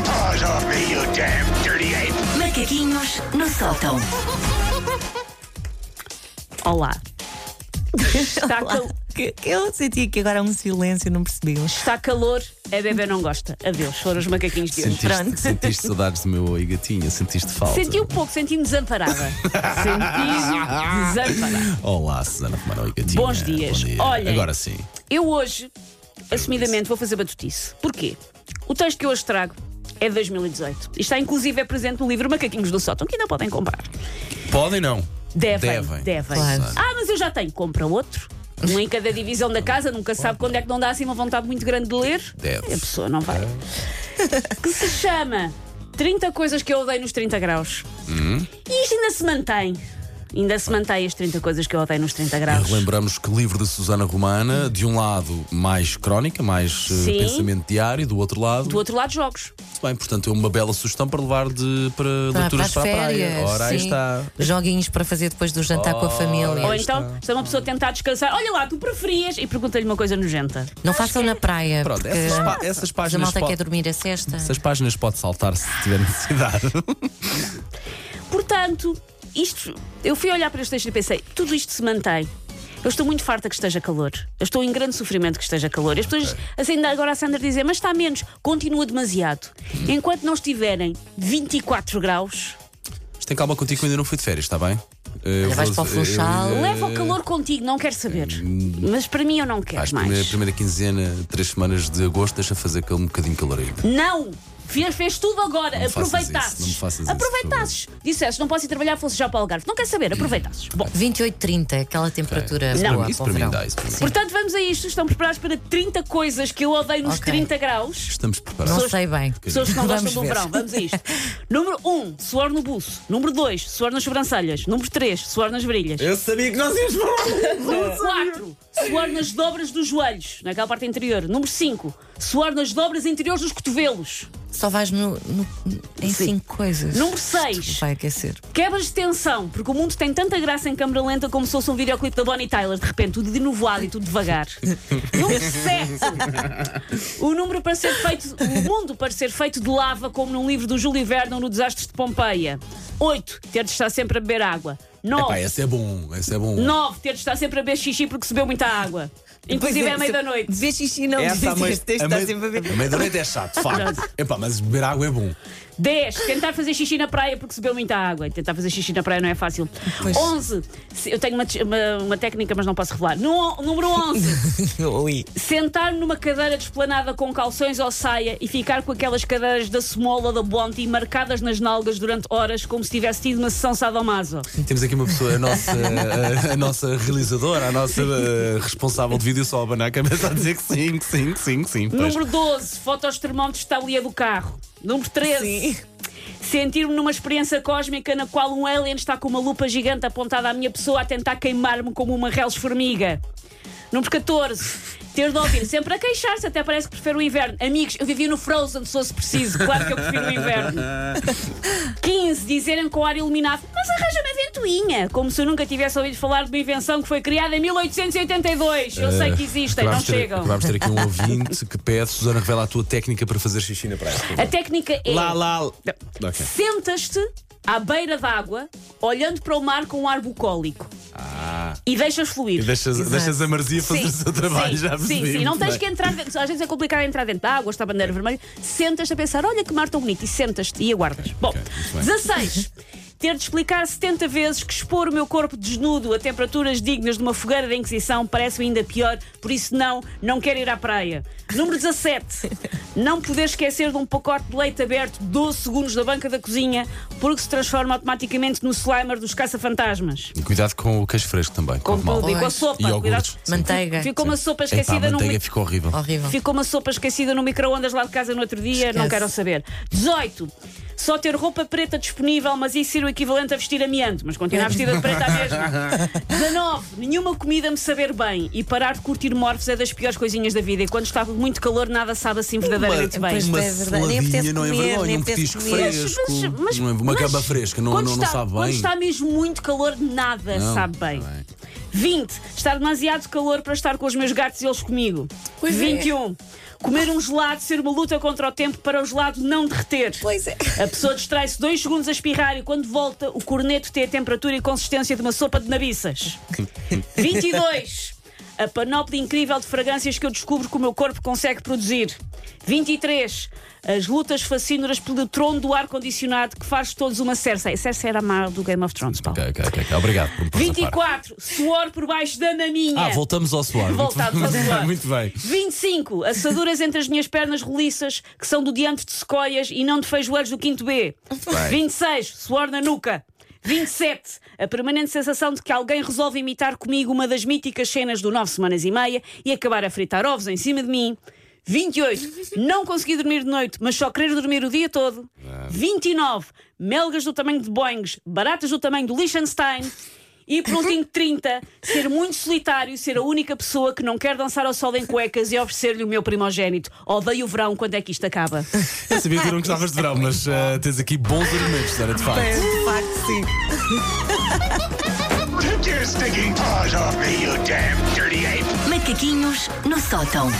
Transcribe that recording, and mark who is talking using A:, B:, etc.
A: off me, you damn dirty ape!
B: Macaquinhos no sótão.
C: Olá.
D: Está, cal-
C: Que- que Eu senti aqui agora um silêncio, não percebi.
D: está calor, a bebê não gosta. Adeus, foram os macaquinhos de hoje.
C: Pronto.
E: Sentiste, sentiste saudades do meu oi gatinha, sentiste falta.
D: Senti um pouco, senti-me desamparada. Senti-me desamparada.
E: Olá, Susana Romano oi gatinha.
D: Bons dias.
E: Bom dia.
D: Olhem.
E: Agora sim.
D: Eu hoje, assumidamente, vou fazer batutice. Porquê? O texto que eu hoje trago é de 2018. E está inclusive é presente no livro Macaquinhos do Sótão, que ainda podem comprar.
E: Podem não?
D: Devem.
E: Devem.
C: Claro.
D: Ah, mas eu já tenho. Compra outro. Um em cada divisão da casa, nunca sabe quando é que não dá assim uma vontade muito grande de ler.
E: Deve.
D: E A pessoa não vai. que se chama 30 coisas que eu odeio nos 30 graus. E isto ainda se mantém. Ainda se mantém as 30 coisas que eu odeio nos 30 graus.
E: Lembramos que livro de Susana Romana, de um lado mais crónica, mais eh,
D: Sim.
E: pensamento diário, do outro lado.
D: Do outro lado, jogos.
E: Muito bem, portanto, é uma bela sugestão para levar de, para
C: Para, para
E: leituras
C: as
E: para, a praia.
C: férias.
E: Ora, aí
C: sim.
E: está. Oh.
C: Joguinhos para fazer depois do jantar com a família.
D: Ou então, se uma pessoa tentar descansar, olha lá, tu preferias, e pergunta-lhe uma coisa nojenta.
C: Não façam na praia.
E: Pronto,
C: porque
E: essas, pá- essas
C: a
E: páginas.
C: malta é
E: po-
C: quer dormir a cesta.
E: essas páginas pode saltar se tiver necessidade.
D: Portanto, isto, eu fui olhar para este texto e pensei, tudo isto se mantém. Eu estou muito farta que esteja calor. Eu estou em grande sofrimento que esteja calor. E As pessoas, assim, ainda agora a Sandra dizer, mas está menos, continua demasiado. Enquanto não estiverem 24 graus,
E: Mas tem calma contigo, que eu ainda não fui de férias, está bem? Eh,
C: Já vais
E: vou-
C: para o
E: eu-
C: Funchal.
E: eu-
D: leva o calor contigo, não quero saber.
E: hum,
D: Mas para mim eu não quero
E: Faz
D: mais.
E: primeira, primeira quinzena, três semanas de agosto, deixa fazer aquele bocadinho calorido.
D: Não! Fez, fez tudo agora,
E: me faças
D: aproveitasses.
E: isso, não me faças isso, por favor.
D: aproveitasses. Dissesse, não posso ir trabalhar, fosse já para o Algarve. Não quer saber, aproveitasses. Bom,
C: 28, 30, aquela temperatura
D: Não,
C: boa
E: isso
C: para o
E: para mim
C: verão.
E: dá, isso para mim.
C: Sim.
D: portanto, vamos a isto. Estão preparados para 30 coisas que eu odeio nos
C: Ok.
D: 30 graus?
E: Estamos preparados.
C: Não sei bem.
D: Pessoas que não
C: Vamos
D: gostam do
C: ver.
D: verão, vamos a isto. Número 1, um, suor no pulso. Número 2, suor nas sobrancelhas. Número 3, suor nas virilhas.
C: É.
E: Eu sabia que nós íamos falar.
D: Número 4, suor nas dobras dos joelhos, naquela parte interior. Número 5, suor nas dobras interiores dos cotovelos.
C: Só vais no, no- em
D: Sim.
C: cinco coisas.
D: Número seis.
C: Isto Vai aquecer.
D: Quebras de tensão, porque o mundo tem tanta graça em câmera lenta como se fosse um videoclipe da Bonnie Tyler, de repente, tudo de novoado e tudo devagar. número 7. O número para ser feito, o mundo para ser feito de lava, como num livro do Júlio Verne no Desastre de Pompeia. 8. Ter de estar sempre a beber água.
E: Pá,
D: 9.
E: esse é bom, esse é bom.
D: 9. Ter de estar sempre a beber xixi porque se bebeu muita água. Inclusive é à meia-noite.
C: Vê xixi não
E: a meia- a meia- a meia-noite é chato, de facto. Epá, mas beber água é bom.
D: 10. Tentar fazer xixi na praia porque se bebeu muita água. E tentar fazer xixi na praia não é fácil. 11. se- Eu tenho uma, te- uma- uma técnica, mas não posso revelar. No- número 11.
C: Ui.
D: Sentar-me numa cadeira desplanada com calções ou saia e ficar com aquelas cadeiras da semola da Bonte marcadas nas nalgas durante horas, como se tivesse tido uma sessão sadomaso.
E: Temos aqui uma pessoa, a nossa, a, a nossa realizadora, a nossa eh, responsável de vídeo só na cabeça a dizer que sim, que sim, que sim, que sim. Pois.
D: Número 12, foto aos termómetros de tabulia do carro. Número 13, sentir-me numa experiência cósmica na qual um alien está com uma lupa gigante apontada à minha pessoa a tentar queimar-me como uma reles formiga. Número 14, ter de ouvir sempre a queixar-se, até parece que prefiro o inverno. Amigos, eu vivi no Frozen, se fosse preciso, claro que eu prefiro o inverno. 15, dizerem com ar iluminado, mas arranja-me a ventoinha, como se eu nunca tivesse ouvido falar de uma invenção que foi criada em 1882. Eu sei que existem, não
E: Vamos ter,
D: chegam.
E: Vamos ter aqui um ouvinte que pede, Susana, revela a tua técnica para fazer xixi na praia. por favor.
D: A técnica é.
E: Lá, lá. lá.
D: Não.
E: Ok.
D: Sentas-te à beira d'água, olhando para o mar com um ar bucólico.
E: Ah,
D: E deixas fluir.
E: E deixas,
C: Exato.
E: deixas a marzia fazer
D: Sim,
E: o seu trabalho,
D: sim,
E: já
D: sim,
E: percebi.
D: sim, não
E: Muito
D: tens
E: bem.
D: que entrar. Às vezes é complicado entrar dentro da água, está a bandeira vermelha. Sentas-te a pensar, olha que mar tão bonito, e sentas-te e aguardas. Bom,
E: muito bem.
D: 16. Ter de explicar 70 vezes que expor o meu corpo desnudo a temperaturas dignas de uma fogueira da Inquisição parece-me ainda pior, por isso não, não quero ir à praia. Número 17. Não poder esquecer de um pacote de leite aberto 12 segundos da banca da cozinha, porque se transforma automaticamente no slimer dos caça-fantasmas.
E: E cuidado com o queijo fresco também.
D: Com
E: come mal.
D: tudo e com a sopa.
E: E
D: cuidado.
E: iogurtes.
C: Manteiga.
D: Ficou uma sopa
E: Epá, a
D: esquecida no
E: manteiga é ficou horrível.
C: Horrível.
D: Ficou uma sopa esquecida no micro-ondas lá de casa no outro dia,
C: Esquece.
D: não quero saber. 18. Só ter roupa preta disponível, mas isso ser o equivalente a vestir amianto, mas continuar vestida de preta à mesma. 19. Nenhuma comida me saber bem e parar de curtir morfos é das piores coisinhas da vida. E quando está muito calor, nada sabe assim verdadeiramente
C: Uma-
D: bem.
C: Pois
E: uma
C: é verdade, nem apetece
E: seladinha não é
C: comer, nem
E: vergonha, um
C: apetece
E: petisco
C: comer.
E: fresco,
D: Mas- mas- mas-
E: não é- uma
D: mas
E: gaba fresca, não,
D: quando
E: não, não
D: está-
E: sabe
D: Quando
E: bem.
D: está mesmo muito calor, nada
E: Não,
D: sabe bem. 20. Está demasiado calor para estar com os meus gatos e eles comigo.
C: Pois é.
D: 21. Comer um gelado ser uma luta contra o tempo para o gelado não derreter.
C: Pois é.
D: A pessoa distrai-se dois segundos a espirrar e quando volta, o corneto tem a temperatura e consistência de uma sopa de nabiças. 22. A panóplia incrível de fragrâncias que eu descubro que o meu corpo consegue produzir. 23. As lutas fascínoras pelo trono do ar-condicionado que faz de todos uma Cersei. Cersei era a má do Game of Thrones, Paulo.
E: Ok, ok, ok. ok. Obrigado por me pôr essa parte.
D: 24. Suor por baixo da maminha.
E: Ah, voltamos ao suor. Muito-
D: Voltamos ao suor.
E: Muito bem.
D: 25. Assaduras entre as minhas pernas roliças, que são do diante de sequoias e não de feijoeiros do quinto B. 26. Suor na nuca. 27. A permanente sensação de que alguém resolve imitar comigo uma das míticas cenas do 9 semanas e meia e acabar a fritar ovos em cima de mim. 28. Não consegui dormir de noite, mas só querer dormir o dia todo. 29. Melgas do tamanho de boings, baratas do tamanho do Liechtenstein. E por último, 30, ser muito solitário, ser a única pessoa que não quer dançar ao sol em cuecas e oferecer-lhe o meu primogénito. Odeio o verão, quando é que isto acaba?
E: Eu sabia que tu não gostavas de verão, mas eh, tens aqui bons argumentos, Sara, de facto.
C: De facto, sim.
A: Take your stinking paws off me, you damn dirty ape!
B: Macaquinhos no sótão.